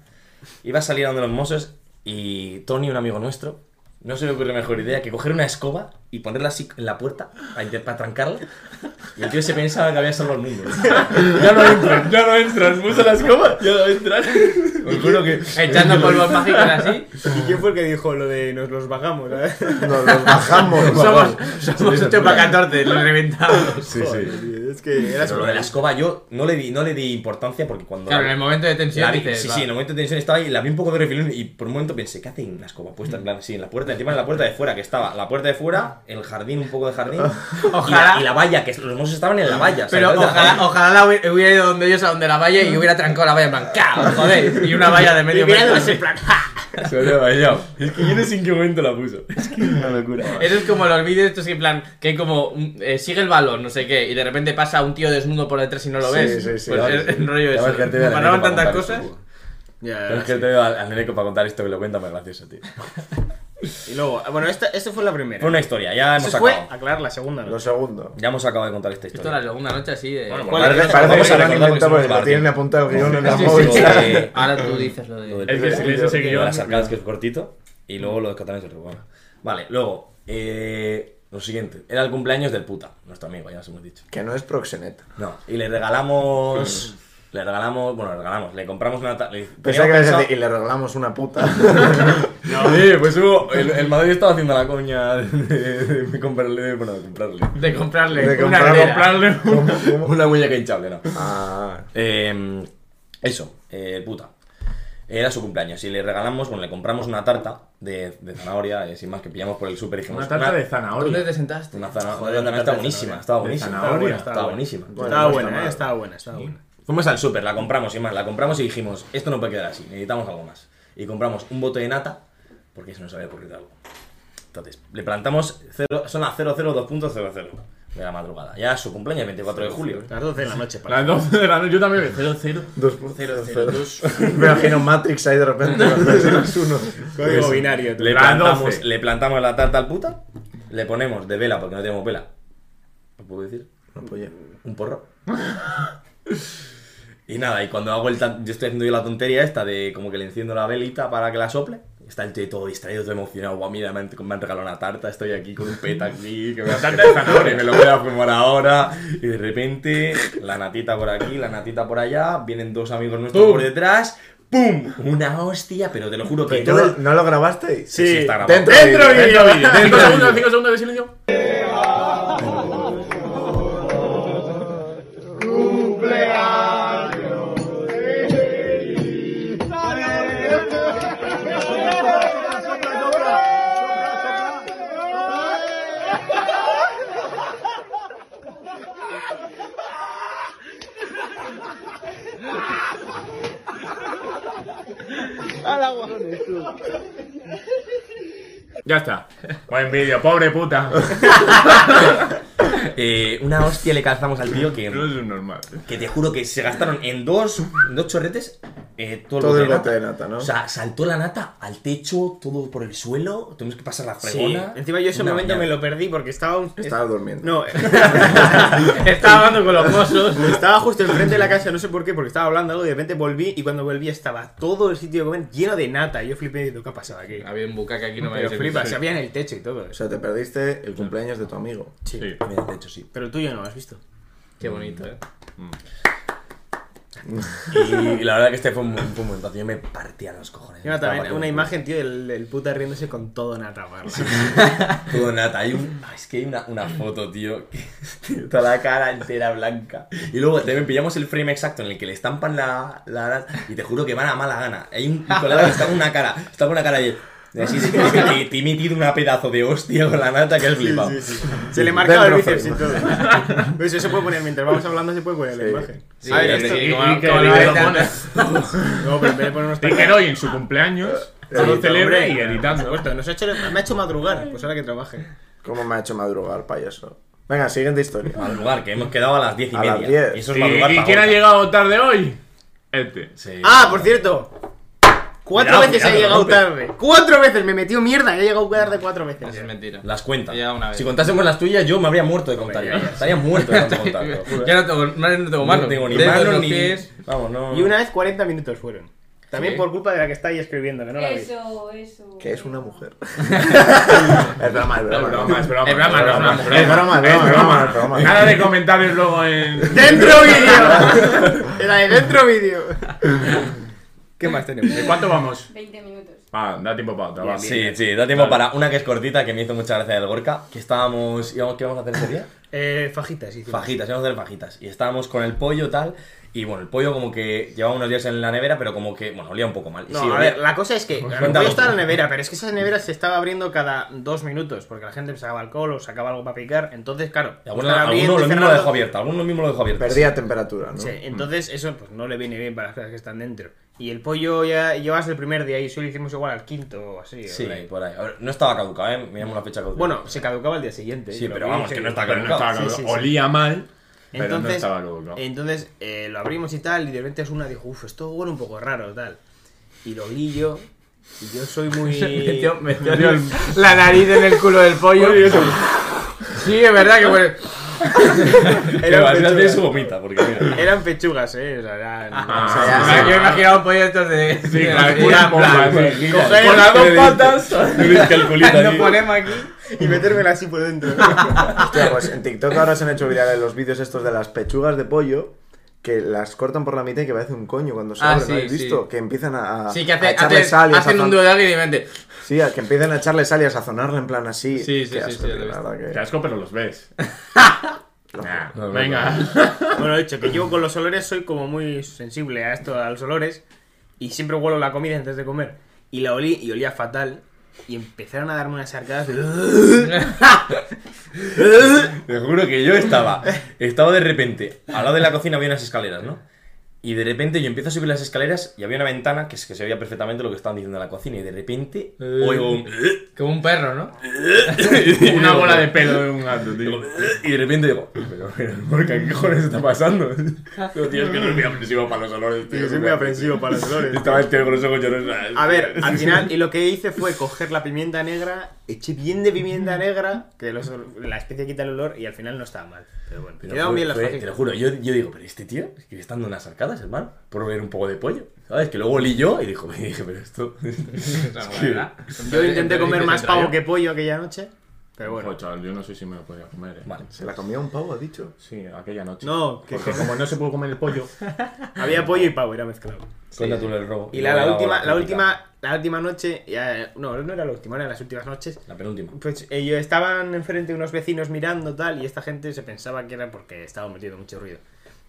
S3: iba a salir a donde los mozos y Tony, un amigo nuestro, no se le ocurrió mejor idea que coger una escoba y ponerla así en la puerta para, intent- para trancarla. Y el tío se pensaba que había salvado el mundo.
S2: Ya no entran, ya no entran. Musa las comas, ya no entran.
S3: Os juro que.
S5: Echando polvos mágicos así.
S4: ¿Y quién fue el que dijo lo de nos los bajamos? eh?
S6: Nos los bajamos.
S5: Somos, somos 8 para 14, los reventamos.
S6: Sí, sí.
S4: es que era
S3: Pero lo de la escoba yo no le di, no le di importancia porque cuando.
S5: Claro, en
S3: la-
S5: el momento de tensión
S3: la vi-
S5: dices,
S3: sí,
S5: va.
S3: sí, en el momento de tensión estaba ahí, la vi un poco de refilón y por un momento pensé, ¿qué hace en la escoba puesta? En plan, sí, en la puerta, encima de la puerta de fuera, que estaba la puerta de fuera, el jardín, un poco de jardín, y la- Y,
S5: Ojalá.
S3: la, valla, que los mozos estaban en la valla. o sea,
S5: Pero
S3: en la
S5: ojalá,
S3: valla.
S5: ojalá la hubiera, hubiera ido donde ellos a donde la valla y hubiera trancado la valla en plan, ¡cao! Joder, y una valla de medio metro. así.
S3: Se había bailado. Es que yo no sé en qué momento la puso.
S6: Una locura.
S5: Eso es como los vídeos estos que en plan, que hay como, un- eh, sigue el balón, no sé qué, y de repente pasa un tío desnudo por detrás y no lo
S6: Sí,
S5: ves.
S6: sí, sí,
S5: pues
S6: vale,
S5: es
S6: sí.
S5: el rollo
S3: Ya
S5: eso.
S3: ves que el tío de la
S5: Paraban
S3: Neneco para
S5: tantas
S3: contar
S5: cosas.
S3: esto, tío.
S4: Ya,
S3: Pero es que te veo al al Neneco para contar esto que lo cuenta más gracioso, tío.
S4: Y luego, bueno, esta, esta fue la primera.
S3: Fue una historia, ya hemos
S4: Eso fue
S3: acabado.
S4: aclarar la segunda. ¿no?
S6: Lo segundo.
S3: Ya hemos acabado de contar esta
S5: Esto
S3: historia.
S5: era la segunda noche así de...
S3: Bueno,
S4: ¿Cuál
S6: Parece,
S4: es?
S6: parece que
S3: Vamos
S6: se
S3: a
S6: lo han
S3: recordar porque
S6: inventado porque
S3: somos
S6: lo tienen
S3: Martín.
S6: apuntado el guión en la
S3: Sí, sí,
S6: móvil.
S3: sí.
S6: ¿sabes?
S5: Ahora tú dices lo
S3: Lo
S5: de...
S3: del
S2: Es que sí, ese
S3: Lo de
S2: guión.
S3: las arcadas que es cortito y luego lo de los catalanes del Rubón. Vale, luego, eh, lo siguiente, era el cumpleaños del puta, nuestro amigo, ya os hemos dicho.
S6: Que no es proxeneta.
S3: No, y le regalamos, le regalamos, bueno, le regalamos, le compramos una... ta- le- teníamos
S6: Pensaba que
S3: pensado-
S6: era y le regalamos una puta.
S3: Sí, pues hubo, el, el Madrid estaba haciendo la coña de, de- de comprarle, bueno, de comprarle.
S5: De comprarle
S6: De
S5: una
S6: comprarlo.
S5: arena.
S2: Comprarle un.
S3: Una muñeca hinchable, no.
S6: Ah,
S3: Eh, eso, eh, puta. Era su cumpleaños y le regalamos, bueno, le compramos una tarta de, de zanahoria, eh, sin más que pillamos por el súper y dijimos,
S2: Una tarta de zanahoria.
S5: ¿Dónde te sentaste?
S3: Una zanahoria, una tarta está buenísima, estaba buenísima.
S2: zanahoria.
S3: Estaba buenísima.
S4: estaba
S6: no
S4: buena,
S6: está mal.
S4: eh, estaba buena, estaba buena.
S3: Fuimos al súper, la compramos y más, la compramos y dijimos, esto no puede quedar así, necesitamos algo más. Y compramos un bote de nata, porque se nos había ocurrido algo. Entonces, le plantamos, cero, son las 002.00 de la madrugada. Ya es su cumpleaños, el 24 de julio.
S4: Las 12 de la noche, para.
S2: Las 12 de la noche, yo también. me- Cero, cero.
S6: dos puntos. Me imagino Matrix ahí de repente. los uno.
S4: Código binario. tú.
S3: Le
S2: Las
S3: plantamos,
S2: 12.
S3: le plantamos la tarta al puta, le ponemos de vela, porque no tenemos vela. ¿Lo puedo decir?
S6: No, pues ya.
S3: Un porro. y nada, y cuando hago el tan- yo estoy haciendo yo la tontería esta de como que le enciendo la velita para que la sople. Está el tío todo distraído, todo emocionado. Guau, mira, me han, me han regalado una tarta, estoy aquí con un peta aquí, que me,
S2: Tarta de zanahoria.
S3: me lo voy a fumar ahora. Y de repente, la natita por aquí, la natita por allá, vienen dos amigos nuestros por detrás. ¡Pum! Una hostia, pero te lo juro que
S6: ¿Tú
S3: todo
S6: no,
S3: el-
S6: no lo grabaste?
S3: Sí, sí, está grabado.
S6: Dentro,
S2: Dentro
S6: vídeo.
S2: vídeo. Dentro
S6: Dentro
S2: segundos,
S6: vídeo.
S2: 5 segundos de silencio. Ya está. Buen vídeo, pobre puta.
S3: eh, una hostia le calzamos al tío que
S2: No es un normal.
S3: que te juro que se gastaron en dos, en dos chorretes eh, todo,
S6: Todo
S3: el
S6: el
S3: bote
S6: bote
S3: de
S6: de
S3: nata.
S6: nata, ¿no?
S3: O sea, saltó la nata al techo, todo por el suelo, tuvimos que pasar la
S4: Sí.
S3: fregona.
S4: Encima yo ese
S3: Una
S4: momento me
S3: mañana.
S4: lo perdí porque estaba un...
S6: Estaba durmiendo.
S4: No, eh.
S5: Estaba hablando con los mozos.
S4: estaba justo enfrente de la casa, no sé por qué, porque estaba hablando algo y de repente volví y cuando volví estaba todo el sitio de comer lleno de nata. Y yo flipé diciendo, ¿qué ha pasado aquí?
S5: Había un bucaque aquí, no me
S4: Pero
S5: habéis
S4: flipa, se había en el techo y todo.
S6: O sea, te perdiste el cumpleaños de tu amigo.
S2: Sí.
S3: En el techo, sí.
S4: Pero el tuyo no lo has visto.
S5: Qué bonito, eh.
S3: Y la verdad que este fue un, fue un momento, yo me partía los cojones.
S4: Yo
S3: Estaba
S4: también,
S3: partido
S4: una
S3: los
S4: imagen, tío, del, del puta riéndose con todo nata, barra.
S3: cojones. Todo nata, hay un- ah, es que hay una, una foto, tío, que toda la cara entera blanca. Y luego también pillamos el frame exacto en el que le estampan la, la nata y te juro que van a mala gana. Hay un colega que está con una cara, está con una cara de... de Así, de- de- de- te he metido una pedazo de hostia con la nata que has flipado.
S4: Se le marcaba el
S6: Dentro
S4: bíceps y todo. Pues eso se puede poner mientras vamos hablando, se puede poner la
S6: Sí.
S4: imagen.
S5: Sí,
S4: a ver,
S5: sí,
S4: esto...
S5: sí,
S2: y-
S5: como-
S2: y que-
S5: como
S2: y
S5: la
S2: que
S5: de
S2: lo
S5: Tana.
S4: No, pero en vez de ponernos
S2: Y que hoy en su cumpleaños se lo
S6: Editando,
S2: celebra y
S4: Por
S2: editando.
S4: supuesto, nos ha hecho, me ha hecho madrugar, pues ahora que trabaje.
S6: ¿Cómo me ha hecho madrugar, payaso? Venga, siguiente historia.
S3: Madrugar, que hemos quedado a las 10 y
S6: A
S3: media.
S6: las 10.
S3: Y eso es madrugar
S2: ¿Y, y
S3: pa'
S2: quién ha
S3: gorda.
S2: llegado tarde hoy? Este.
S3: Sí.
S4: Ah, por cierto. Cuatro
S3: Eh, Cuidado,
S4: veces
S3: cuidado,
S4: he llegado
S3: rompe.
S4: tarde. Cuatro veces, me metió mierda y he llegado tarde cuatro
S5: Eso es
S4: veces.
S5: mentira.
S3: Las cuentas.
S5: He llegado una vez.
S3: Si contásemos las tuyas, yo me habría muerto de contar.
S5: Hombre, ya, ya.
S3: Estaría muerto de tanto contar. te lo juro.
S5: Yo no tengo, no, no tengo mano.
S3: No tengo ni
S5: Dedos,
S3: mano
S5: los
S3: ni.
S5: pies.
S3: Vamos, no.
S4: Y una vez 40 minutos fueron. También
S5: Sí.
S4: por culpa de la que está ahí escribiendo, que no la veis.
S7: Eso, eso.
S6: Que es una mujer. es broma,
S3: Ah,
S6: es
S2: Es
S6: broma.
S2: broma, es broma.
S5: Es broma,
S2: es
S5: no, no,
S2: broma.
S5: no,
S6: Es broma, es broma,
S2: Es
S6: es broma,
S2: broma.
S6: es broma.
S2: Nada de comentarios luego en.
S4: ¡Dentro vídeo! Era de dentro vídeo. ¿Qué más tenemos?
S2: ¿De cuánto vamos?
S7: 20 minutos.
S2: Ah, da tiempo para otra. va.
S3: Sí, sí, da tiempo
S2: Vale.
S3: para una que es cortita, que me hizo mucha gracia del Gorka, que estábamos, íbamos, ¿qué íbamos a hacer ese día?
S4: Eh, fajitas, sí.
S3: Fajitas, íbamos a hacer fajitas. Y estábamos con el pollo tal, y bueno, el pollo como que llevaba unos días en la nevera, pero como que, bueno, olía un poco mal. Y
S4: No,
S3: sí,
S4: a
S3: olía-
S4: ver, la cosa es que
S3: Pues
S4: el
S3: cuéntalo
S4: pollo estaba en
S3: tú.
S4: la nevera, pero es que esa nevera se estaba abriendo cada dos minutos, porque la gente sacaba alcohol o sacaba algo para picar, entonces, claro,
S3: y alguno,
S4: estar abriendo
S3: alguno lo
S4: y
S3: mismo lo
S4: cerrando-
S3: dejó abierto, alguno mismo lo dejó abierto.
S6: Perdía temperatura, ¿no?
S4: Sí, entonces eso pues no le viene bien para las cosas que están dentro. Y el pollo ya llevas el primer día y eso lo hicimos igual al quinto o así.
S3: Sí,
S4: ¿verdad?
S3: por ahí. A ver, no estaba caducado, ¿eh? Miramos la fecha caducada.
S4: Bueno, se caducaba el día siguiente.
S3: Sí,
S4: lo
S3: pero
S4: vi,
S3: vamos,
S4: sí.
S3: que no está
S2: Pero no
S3: caducado.
S2: estaba
S4: Sí, sí,
S2: caducado.
S4: sí.
S2: Olía mal, pero
S4: Entonces,
S2: no estaba caducado.
S4: entonces eh, lo abrimos y tal, y de repente es una dijo, uff, esto huele un poco raro, tal. Y lo olí yo, y yo soy muy...
S5: Metió, metió la nariz en el culo del pollo. Sí, es verdad que pues, huele.
S3: Pero
S4: Eran,
S3: al final tiene
S4: pechugas,
S3: su vomita, porque mira.
S4: eran pechugas, eh. O sea, eran-
S2: Ah,
S4: o sea,
S5: Yo me imaginaba un pollo de estos de.
S2: Sí,
S5: de la-
S2: calcula
S5: de la-
S2: un poco,
S5: plan,
S2: sí,
S5: coger-
S2: gira.
S5: con las dos
S3: patas.
S5: Lo ponemos aquí.
S4: y metérmela así por dentro.
S6: Hostia, pues en TikTok ahora se han hecho virales los vídeos estos de las pechugas de pollo que las cortan por la mitad y que parece un coño cuando se
S5: Ah,
S6: abren,
S5: sí,
S6: ¿no habéis
S5: sí.
S6: visto? Que empiezan a, a-
S5: Sí, que
S6: Ah, a
S5: hace-
S6: echarle
S5: hace-
S6: sal y a
S5: hacen un
S6: sazon-
S5: duelo de alguien y vente.
S6: Sí, a que empiezan a echarle sal y a sazonarla en plan así.
S5: Sí, sí, sí,
S6: Qué asco,
S5: sí, lo he
S6: tío, la
S5: visto.
S6: verdad que-
S2: Qué asco, pero los ves. Nah,
S3: No, no,
S2: venga.
S4: bueno, de hecho, que yo con los olores soy como muy sensible a esto, a los olores, y siempre huelo la comida antes de comer. Y la olí y olía fatal. Y empezaron a darme unas arcadas de...
S3: Te juro que yo estaba. Estaba de repente. Al lado de la cocina había unas escaleras, ¿no? Y de repente yo empiezo a subir las escaleras y había una ventana que, es que se veía perfectamente lo que estaban diciendo en la cocina. Y de repente
S4: Eh,
S3: oigo un.
S5: Como un perro, ¿no?
S2: Una bola de pelo de un gato, tío.
S3: Y de repente digo, pero, pero, Gorka, ¿qué cojones está pasando? Digo, tío, es que no es muy aprensivo para los olores, tío.
S4: soy muy aprensivo para los olores.
S3: Estaba el tío con los ojos llorosos.
S4: A ver, al final, y lo que hice fue coger la pimienta negra, eché bien de pimienta negra, que los- la especie quita el olor, y al final no estaba mal. Pero bueno,
S3: Pero
S4: quedaron
S3: fue-
S4: bien las
S3: fue-
S4: fajitas.
S3: Te lo juro, yo, yo digo, pero este tío es que le están dando unas arcadas, hermano, por ver un poco de pollo. ¿Sabes? Que luego olí yo y dijo, me dije, pero esto.
S5: ¿Verdad?
S4: Yo intenté comer más pavo
S5: pollo
S4: que pollo aquella noche, pero
S2: Ojo,
S4: bueno.
S2: chaval, yo no sé si me lo podía comer. eh.
S3: Vale.
S6: Se la comió un pavo, ha dicho.
S2: Sí, aquella noche.
S4: No, que
S2: Porque como no se pudo comer el pollo.
S4: había pollo y pavo, era mezclado.
S3: Cuenta tú el robo.
S4: Y la, la última, la última, la última noche, ya- no, no era la última, eran las últimas noches.
S3: La penúltima.
S4: Pues ellos estaban enfrente de unos vecinos mirando tal, y esta gente se pensaba que era porque estaba metiendo mucho ruido.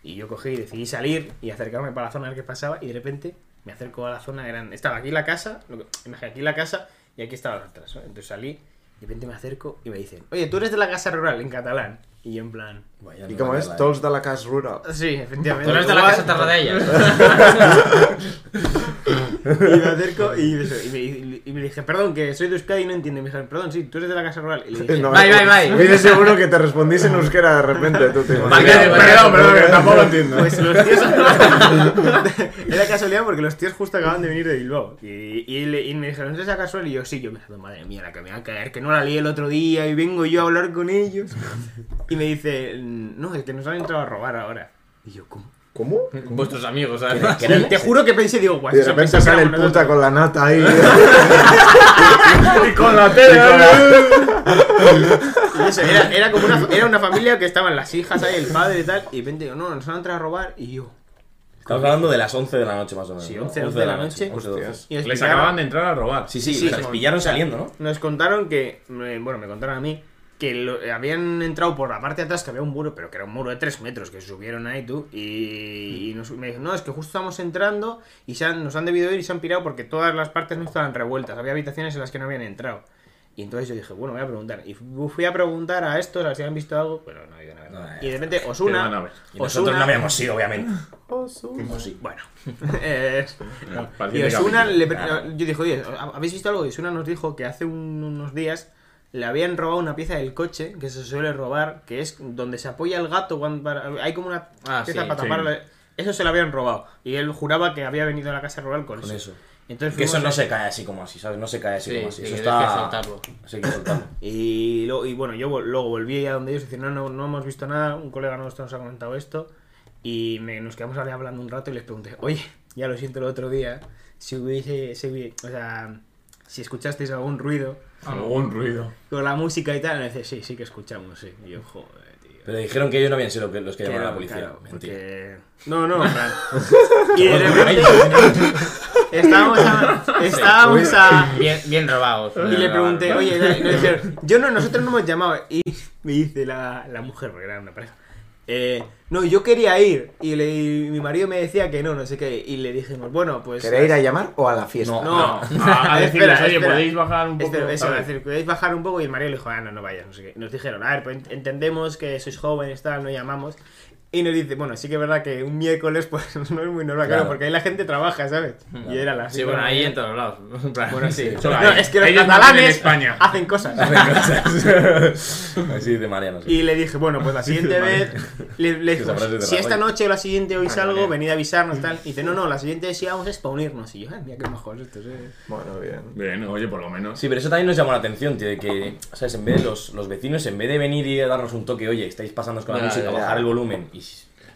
S4: Y yo cogí y decidí salir y acercarme para la zona a ver qué pasaba, y de repente me acerco a la zona grande. Estaba aquí la casa, lo que- imagina aquí la casa, y aquí estaban las otras. ¿no? Entonces salí, y de repente me acerco y me dicen, oye, tú eres de la casa rural en catalán. Y yo en plan,
S3: Vaya,
S6: Y
S3: no
S6: como
S3: vale
S6: es,
S3: la-
S6: Tols de la Cas Rural.
S4: sí, efectivamente.
S5: Tú eres de la
S4: igual".
S5: casa Tarradellas.
S4: Y me acerco y, eso, y, me, y- y me dije, perdón, que soy de Euskadi y no entiendo. Y me dijeron, perdón, sí, tú eres de la casa rural. Y le dije,
S6: No,
S5: Bye,
S6: eh,
S5: bye, bye.
S6: Viene seguro que te respondís en euskera de repente, tú te
S5: Vale,
S6: imaginas.
S5: vale, vale.
S2: Perdón, perdón, que tampoco lo entiendo.
S4: pues los tíos. Era casualidad porque los tíos justo acaban de venir de Bilbao. Y, y le- y me dijeron, ¿es casual? Y yo, sí, yo me dije, madre mía, la que me va a caer, que no la leí el otro día y vengo yo a hablar con ellos. Y me dice, no, es que nos han entrado a robar ahora. Y yo, ¿cómo?
S6: ¿Cómo?
S5: Vuestros amigos, además.
S4: Que te juro que pensé, digo, guau,
S6: Y de
S4: se han
S6: repente
S4: pensado que
S6: sale el
S4: éramos
S6: puta
S4: nosotros".
S6: con la nata ahí.
S2: Y con la tele.
S4: Y eso, era, era como una, era una familia que estaban las hijas ahí, el padre y tal. Y de repente digo, no, nos han entrado a robar. Y yo,
S3: Estamos hablando de las 11 de la noche, más o menos.
S4: Sí,
S3: ¿no?
S4: 11 de la noche.
S3: 11, 12.
S6: Hostias.
S4: y nos
S2: Les
S4: pillaron-
S2: acababan de entrar a robar.
S3: Sí, sí,
S4: Sí,
S3: les
S4: sí.
S3: pillaron saliendo, ¿no?
S4: Nos contaron que, eh, bueno, me contaron a mí, que lo- habían entrado por la parte de atrás, que había un muro, pero que era un muro de 3 metros, que subieron ahí tú, y, y nos, me dijo, no, es que justo estamos entrando y se han- nos han debido ir y se han pirado porque todas las partes no estaban revueltas, había habitaciones en las que no habían entrado. Y entonces yo dije, bueno, voy a preguntar. Y fu- fui a preguntar a estos, a ver si han visto algo, pero no había nada.
S3: No, eh,
S4: y de repente,
S2: que van a
S4: Osuna...
S2: ver.
S3: Y nosotros
S4: Osuna-
S3: no habíamos ido, obviamente.
S4: bueno. Eh, no.
S2: para el
S4: Y
S2: siguiente
S4: Osuna
S2: capítulo.
S4: le pre- yo dije, oye, ¿habéis visto algo? Y Osuna nos dijo que hace un- unos días le habían robado una pieza del coche que se suele robar, que es donde se apoya el gato. cuando- para- hay como una
S5: Ah,
S4: pieza
S5: sí,
S4: para
S2: sí.
S4: tapar. Eso se lo habían robado. Y él juraba que había venido a la casa rural con,
S3: Con
S4: eso.
S3: eso.
S4: Entonces
S3: Que eso
S4: fuimos
S3: no
S4: a-
S3: se cae así como así, ¿sabes? No se cae así
S5: Sí,
S3: como así.
S5: sí,
S3: eso
S5: hay
S3: está.
S5: que soltarlo.
S3: Eso hay que soltarlo.
S4: Y, luego- y bueno, yo vol- luego volví a donde ellos y decían, no, no, no hemos visto nada, un colega nuestro nos ha comentado esto. Y me- nos quedamos ahí hablando un rato y les pregunté, oye, ya lo siento el otro día, si hubiese, si hubiese- o sea, si escuchasteis algún ruido
S2: Algún ruido.
S4: con la música y tal, me dice, sí, sí que escuchamos, sí. Y yo, joder, tío.
S3: Pero dijeron que ellos no habían sido los que- los que llamaron a la
S4: Claro,
S3: policía.
S4: claro,
S3: Mentira.
S4: porque- No, no, en plan. Y de repente estábamos a, estábamos a-
S5: Bien, bien robados.
S4: Y le pregunté, oye, no, no, dijeron, yo no, nosotros no hemos llamado. Y me dice la, la mujer, porque era una pareja. eh, no, yo quería ir. Y, le- y mi marido me decía que no, no sé qué. Y le dijimos, bueno, pues.
S6: ¿Queréis ir a llamar o a la fiesta?
S4: No,
S2: A, a decirles,
S4: Espera,
S2: oye,
S4: espera.
S2: podéis bajar un poco.
S4: Espera, Este, eso,
S2: ¿sabes?
S4: es decir, podéis bajar un poco y el marido le dijo, ah, no, no vayas, no sé qué. Nos dijeron, a ver, pues ent- entendemos que sois jóvenes, tal, no llamamos. Y nos dice, bueno, sí que es verdad que un miércoles pues no es muy normal, claro,
S3: Claro.
S4: porque ahí la gente trabaja, ¿sabes? Y era la
S5: Sí, bueno, ahí en todos lados. En plan,
S4: Bueno, sí.
S2: Solo
S4: No,
S2: ahí.
S4: es que los
S2: Ellos no
S4: catalanes
S2: viven en España.
S4: hacen cosas.
S3: Así de María, no sé.
S4: Y le dije, bueno, pues la siguiente vez, le, le
S3: Esa
S4: dijimos,
S3: frase de
S4: si esta
S3: Rajoy.
S4: noche o la siguiente hoy
S5: vale.
S4: salgo, venid a avisarnos, tal. Y dice, no, no, la siguiente vez sí vamos es para unirnos. Y yo, ay, mira qué mejor esto, eh.
S6: Bueno, bien.
S2: Bien, oye, por lo menos.
S3: Sí, pero eso también nos llamó la atención, tío, de que, ¿sabes? En vez de los, los vecinos, en vez de venir y darnos un toque, oye, estáis pasándoos con la
S5: Ya,
S3: música,
S5: ya.
S3: bajar el volumen. Y...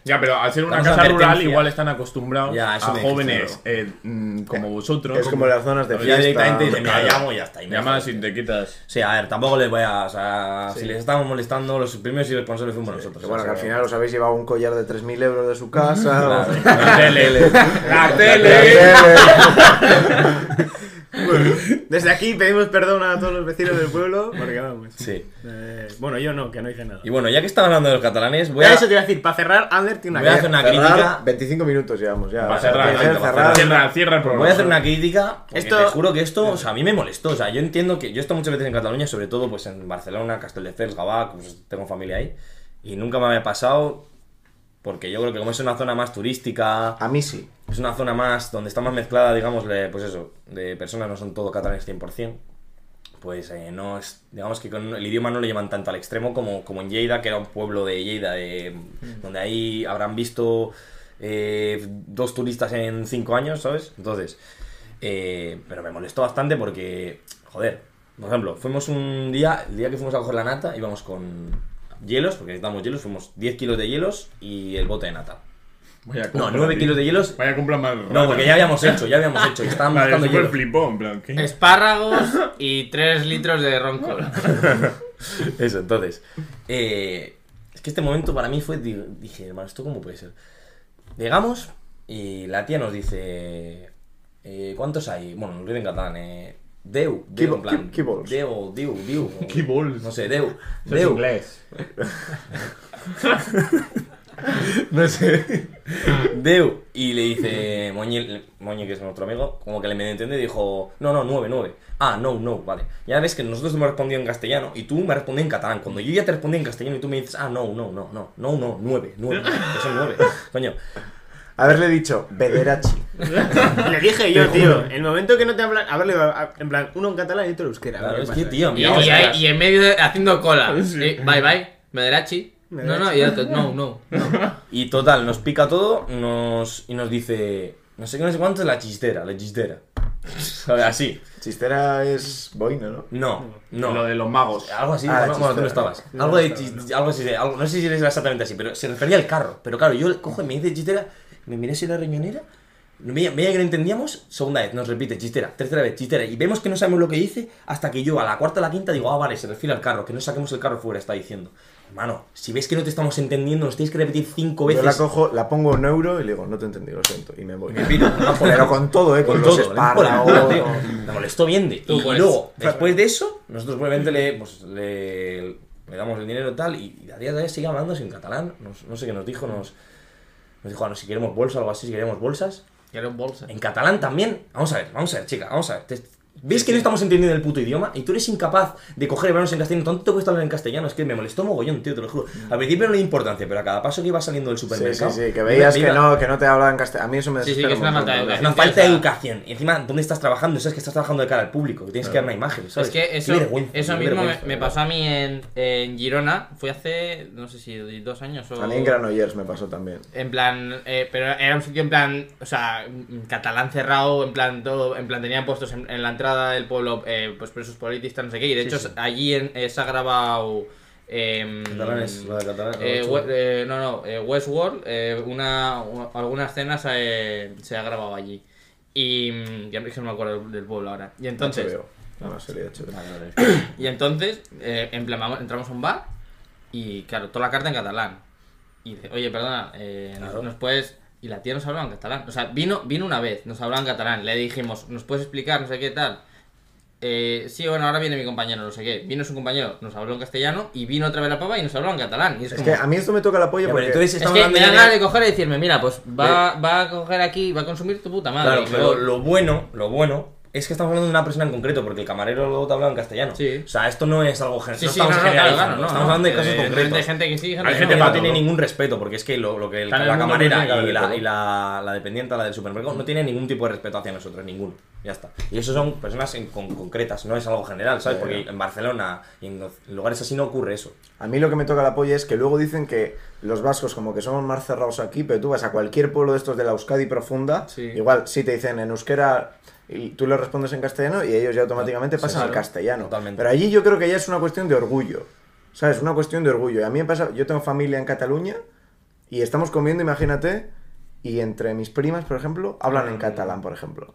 S2: Ya, pero al ser una
S3: Damos
S2: casa rural,
S3: advertencia.
S2: igual están acostumbrados
S3: Ya, eso
S2: a
S3: me
S2: jóvenes eh, mm, como vosotros.
S6: Es como las zonas de
S3: Ya
S6: fiesta.
S3: directamente dicen, mira,
S2: claro.
S3: llamo y ya está. y me
S2: Llamas
S3: dejan.
S2: y te quitas.
S3: Sí, a ver, tampoco les voy a. O sea, si les estamos molestando, los primeros y responsables fuimos nosotros.
S6: Que bueno,
S3: o
S6: que
S3: sea,
S6: al final os habéis llevado un collar de 3.000 euros de su casa. o-
S2: La tele. La tele.
S6: La
S4: Bueno, desde aquí pedimos perdón a todos los vecinos del pueblo, porque vamos.
S3: Sí.
S4: Eh, bueno, yo no, que no hice nada.
S3: Y bueno, ya que estaba hablando de los catalanes, voy
S4: Ya
S3: a.
S4: eso te iba a decir, para cerrar, Ander tiene una
S3: Voy a
S6: tele.
S4: cara.
S3: hacer una
S6: Cerrar,
S3: crítica.
S6: 25 minutos llevamos ya.
S2: Va a
S6: O sea,
S2: cerrar,
S6: tiene que
S3: venga, va a
S6: cerrar.
S2: Cierra, cierra el programa.
S3: Voy a hacer una crítica. porque
S4: Esto-
S3: Te juro que esto, o sea, a mí me molestó. O sea, yo entiendo que yo he estado muchas veces en Cataluña, sobre todo pues en Barcelona, Castelldefels, Gavà, pues tengo familia ahí. Y nunca me había pasado, porque yo creo que como es una zona más turística,
S6: A mí sí.
S3: es pues una zona más donde está más mezclada, digamos, le- pues eso, de personas no son todo catalanes 100%. Pues eh, no es, digamos que con el idioma no le llevan tanto al extremo como, como en Lleida, que era un pueblo de Lleida, de- donde ahí habrán visto eh, dos turistas en cinco años, ¿sabes? Entonces, eh, pero me molestó bastante porque, joder, por ejemplo, fuimos un día, el día que fuimos a coger la nata, íbamos con hielos, porque necesitamos hielos, fuimos 10 kilos de hielos y el bote de nata.
S2: Voy a
S3: No,
S2: comprar,
S3: 9
S2: tío.
S3: kilos de hielos
S2: Vaya compra más.
S3: no, porque ya habíamos hecho, ya habíamos hecho. Y estaban
S2: Vale,
S3: buscando
S2: súper
S3: hielo.
S2: flipó, en plan. ¿qué?
S5: Espárragos y 3 litros de ron cola.
S3: Eso, entonces. eh, es que este momento para mí fue. di- Dije, hermano, ¿esto cómo puede ser? Llegamos y la tía nos dice. eh, ¿Cuántos hay? Bueno, nos dicen en catalán. Eh, Deu,
S6: Qui-
S3: Deu, en plan.
S6: qui- qui vols?
S3: Deu, Diu, Diu. o-
S2: Qui vols?
S3: No sé, Deu.
S2: Eso es
S3: Deu.
S2: inglés.
S3: No sé. Deu. Y le dice Moñi, Moñi, que es nuestro amigo, como que le medio entiende y dijo, no, no, nueve, nueve. Ah, no, no, vale. Ya ves que nosotros hemos respondido en castellano y tú me has respondido en catalán. Cuando yo ya te respondí en castellano y tú me dices, ah, no, no, no, no, no, no, nueve, nueve, que son nueve. Coño,
S6: Haberle dicho, Bederachi.
S4: Le dije yo, tío, el momento que no te hablan, haberle, a- en plan, uno en catalán y otro en euskera. a
S3: claro,
S4: ver
S3: es
S4: qué
S3: que,
S4: pasa.
S3: tío,
S5: Y,
S3: mira, o
S5: y
S3: sea,
S5: ahí- y en medio de- haciendo cola. Eh, bye bye. Mederachi. No,
S4: Mederachi.
S5: no, y otro, no, no.
S3: Y total, nos pica todo nos, y nos dice, no sé qué, no sé cuánto, la chistera, la chistera. A ver, así.
S6: Chistera es boina, ¿no?
S3: No, no.
S2: Lo de los magos.
S3: Algo así,
S6: Ah, la
S3: bueno, bueno, tú no
S6: chistera.
S3: estabas. Algo de chis- algo así, de- algo- no sé si era exactamente así, pero se refería al carro. Pero claro, yo cojo y me dice chistera, me miré si era riñonera, veía veía que no entendíamos, segunda vez, nos repite chistera, tercera vez, chistera, y vemos que no sabemos lo que dice, hasta que yo a la cuarta o la quinta digo, ah, vale, se refiere al carro, que no saquemos el carro fuera, está diciendo. Hermano, si ves que no te estamos entendiendo, nos tienes que repetir cinco
S6: Yo
S3: veces.
S6: la cojo, la pongo un euro y le digo, no te entendí, lo siento. Y me voy.
S3: piro, no, joder.
S6: Pero con todo, ¿eh? Con,
S3: Con
S6: los
S3: todo, le por la bola,
S6: espárragos.
S3: tío. Me molestó bien. de-
S5: Tú,
S3: y
S5: pues.
S3: luego, después de eso, nosotros obviamente le, pues, le, le damos el dinero y tal. Y, y a día de hoy sigue hablando en catalán. Nos- no sé qué nos dijo. Nos, nos dijo, "Ah, no, si queremos bolsa o algo así, si queremos bolsas.
S5: Quiero un bolsa.
S3: En catalán también. Vamos a ver, vamos a ver, chica, vamos a ver. Te- ¿Ves que no estamos entendiendo el puto idioma? Y tú eres incapaz de coger hablarnos en castellano. Tanto te cuesta hablar en castellano. Es que me molestó mogollón, tío, te lo juro. Al principio no le di importancia, pero a cada paso que iba saliendo del
S6: Sí, sí,
S3: supermercado.
S6: sí, que
S3: me-
S6: veías
S3: me
S6: que
S3: iba-
S6: no, que no te hablaban castellano. A mí eso me
S5: Sí, sí, que
S6: desespera
S5: es una
S6: un montón,
S5: falta de
S6: la
S3: Es
S6: verdad.
S3: una
S5: Sí,
S3: falta de
S5: o sea-
S3: educación. Y encima, ¿dónde estás trabajando? Sabes que estás trabajando de cara al público, que tienes que dar una imagen, ¿sabes?
S5: Es que
S3: Qué
S5: eso,
S3: vergüenza,
S5: eso
S3: qué
S5: mismo me,
S3: vergüenza,
S5: me
S3: de
S5: pasó
S3: verdad.
S5: a mí en, en Girona. Fui hace, no sé si dos años o.
S6: A mí en Granollers me pasó también.
S5: En plan, eh, pero era un sitio en plan, o sea, mm, catalán cerrado, en plan todo, en plan tenían puestos en, en la entrada del pueblo, eh, pues presos políticos, no sé qué, y de hecho allí en, eh, se ha grabado... em,
S3: Catalanes,
S6: Mm,
S3: la de catalán,
S5: eh,
S3: ocho.
S5: we- eh, no, no, eh, Westworld, eh, una, u- algunas cenas eh, se ha grabado allí. Y. mm, Ya es que no me acuerdo del pueblo ahora. Y entonces.
S6: HBO. No, no, sería HBO.
S5: Y entonces, eh, en plan, vamos- entramos a un bar y, claro, toda la carta en catalán. Y dice, oye, perdona, eh, nos-
S3: Claro.
S5: nos puedes... Y la tía nos hablaba en catalán. O sea, vino, vino una vez, nos hablaba en catalán. Le dijimos, ¿nos puedes explicar? No sé qué tal. Eh, sí, bueno, ahora viene mi compañero, no sé qué. Vino su compañero, nos habló en castellano y vino otra vez la pava y nos habló en catalán. Y es,
S6: Es
S5: como-
S6: que a mí esto me toca la polla
S3: Ya, pero
S6: porque...
S3: entonces
S5: es
S3: estamos
S5: que
S3: hablando
S5: me
S3: ya
S5: dan
S3: de-
S5: ganas de coger y decirme, mira, pues va, va a coger aquí, va a consumir tu puta madre.
S3: Claro,
S5: Y
S3: pero
S5: luego-
S3: lo bueno, lo bueno es que estamos hablando de una persona en concreto, porque el camarero luego te hablaba en castellano.
S5: Sí.
S3: O sea, esto no es algo general.
S5: Sí,
S3: no
S5: sí,
S3: estamos
S5: no, no, claro,
S3: generalizando,
S5: claro, no,
S3: estamos
S5: no.
S3: hablando de casos
S5: Evidentemente
S3: concretos.
S5: hay gente que sí, gente
S2: Hay
S5: que
S2: gente
S3: que
S5: no.
S3: no
S2: pato.
S3: Este tiene ningún respeto, porque es que lo, lo que el-
S2: Tan
S3: la
S2: el mundo
S3: camarera
S2: no tiene que
S3: y,
S2: haber
S3: la,
S2: respeto.
S3: y la- la dependiente, la del supermercado, no tiene ningún tipo de respeto hacia nosotros, ninguno. Ya está. Y eso son personas en- con- concretas, no es algo general, ¿sabes? Porque en Barcelona y en lugares así no ocurre eso.
S6: A mí lo que me toca la polla es que luego dicen que los vascos como que somos más cerrados aquí, pero tú vas a cualquier pueblo de estos de la Euskadi profunda,
S5: Sí.
S6: igual si te dicen en euskera y tú le respondes en castellano y ellos ya automáticamente
S3: Sí, Ah,
S6: pasan
S3: sí,
S6: al
S3: ¿no?
S6: castellano.
S3: Totalmente.
S6: Pero allí yo creo que ya es una cuestión de orgullo. ¿Sabes? Una cuestión de orgullo. Y a mí me pasa, yo tengo familia en Cataluña y estamos comiendo, imagínate, y entre mis primas, por ejemplo, hablan en
S3: Mm.
S6: catalán, por ejemplo.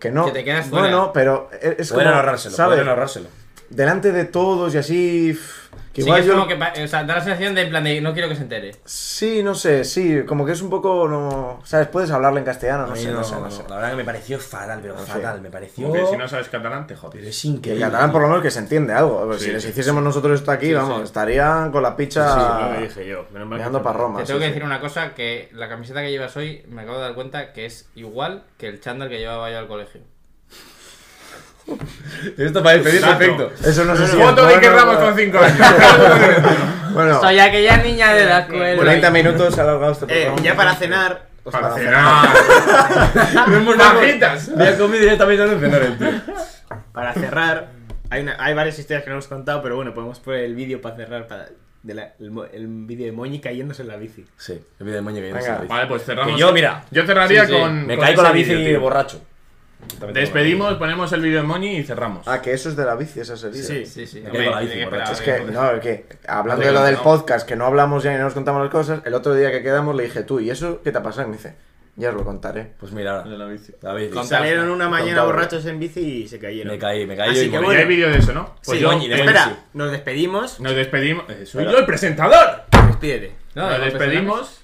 S6: Que no.
S5: Que te quedas fuera.
S6: bueno, pero e, es
S3: Pueden
S6: como,
S3: ahorrárselo,
S6: ¿sabes?
S3: pueden ahorrárselo.
S6: delante de todos y así. pff, Que
S5: Sí,
S6: igual
S5: que es
S6: yo.
S5: como que pa- o sea, da la sensación de en plan de no quiero que se entere.
S6: Sí, no sé, sí, como que es un poco. no ¿Sabes? Puedes hablarle en castellano, no
S3: A mí
S6: sé, no, sé, no, sé.
S3: La verdad que me pareció fatal, pero
S6: No sé.
S3: fatal, me pareció.
S2: Porque si no sabes catalán, te
S3: Pero
S2: jodes.
S3: es
S6: Que el
S3: increíble.
S6: catalán, por lo menos, que se entiende algo. Pero
S2: Sí,
S6: si les
S2: sí.
S6: hiciésemos nosotros esto aquí, vamos, estarían con la picha.
S2: Lo dije yo. Menos mal que-
S6: Ah, mirando para Roma.
S5: Te tengo
S6: sí,
S5: que
S6: sí.
S5: decir una cosa, que la camiseta que llevas hoy me acabo de dar cuenta que es igual que el chándal que llevaba yo al colegio.
S3: Esto para despedir,
S2: Exacto.
S3: perfecto.
S4: Eh,
S6: Eso no sé si. es
S2: Foto de que
S6: bueno,
S2: Ramos con 5 años.
S6: Bueno,
S5: Soy aquella niña de la escuela.
S6: 30 minutos se ha alargado este
S4: Eh,
S6: programa.
S4: ya para cenar.
S2: Para cenar. Vemos bajitas.
S3: Voy a comer directamente antes de cenar el tío.
S4: Para cerrar, hay, una- hay varias historias que no hemos contado, pero bueno, podemos poner el vídeo para cerrar. Para, de la- el, mo- el vídeo de Moñi cayéndose en la bici.
S3: Sí, el vídeo de moña que yo no
S6: Venga.
S3: sé la bici.
S2: Vale, pues cerramos.
S3: Que yo, mira,
S2: Yo cerraría
S5: Sí, sí.
S2: con.
S3: Me caigo
S2: ese
S3: la bici
S2: vídeo, tío.
S3: borracho.
S2: Despedimos, ponemos el vídeo de Moñi y cerramos.
S6: Ah, que eso es de la bici, esa serie.
S5: Sí, sí.
S3: Me
S5: hombre,
S3: caigo la
S5: tiene
S3: bici,
S5: que
S3: borracho.
S5: esperar,
S6: Es que,
S5: hombre.
S6: no, es que, hablando de lo del podcast, que no hablamos ya y no nos contamos las cosas, el otro día que quedamos le dije, tú, ¿y eso qué te ha pasado? Y me dice, ya os lo contaré.
S3: Pues mira, ahora. La bici.
S5: Conta-
S4: Salieron una mañana
S6: Contadlo.
S4: borrachos en bici y se cayeron.
S3: Me caí, me caí yo
S4: Así
S3: y
S4: que
S3: morí.
S2: Y hay
S4: bueno.
S2: vídeo de eso, ¿no? Pues
S4: sí,
S2: yo.
S3: Moñi, de
S4: espera,
S3: Moñi, sí.
S4: nos despedimos.
S2: Nos despedimos. eh, Soy yo el presentador.
S4: Despídete.
S5: No,
S2: Nos
S5: no,
S2: despedimos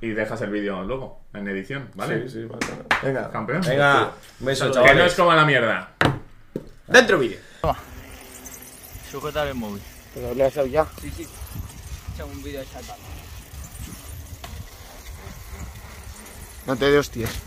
S2: y dejas el vídeo luego, en edición, ¿vale?
S6: Sí, sí, vale, vale. Venga.
S2: Campeón.
S3: Venga, un beso,
S2: Que no es
S3: chavales.
S2: como la mierda.
S4: Dentro vídeo.
S7: Sujetar el móvil.
S8: Pero le has dado ya.
S7: Sí, sí. Echa un vídeo de chatal.
S8: No te doy hostias.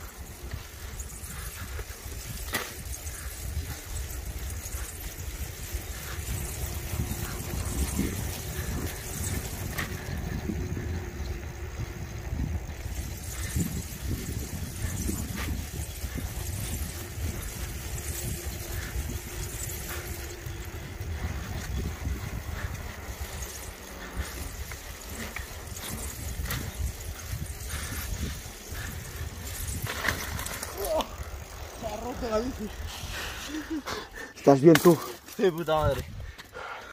S8: ¿Estás bien tú? De puta madre.